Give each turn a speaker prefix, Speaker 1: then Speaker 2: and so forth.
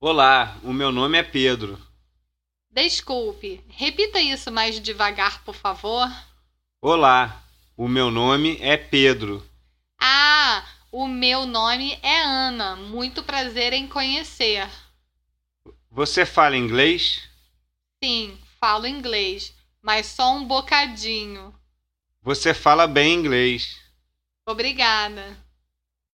Speaker 1: Olá, o meu nome é Pedro.
Speaker 2: Desculpe, repita isso mais devagar, por favor.
Speaker 1: Olá, o meu nome é Pedro.
Speaker 2: Ah, o meu nome é Ana. Muito prazer em conhecer.
Speaker 1: Você fala inglês?
Speaker 2: Sim, falo inglês, mas só um bocadinho.
Speaker 1: Você fala bem inglês.
Speaker 2: Obrigada.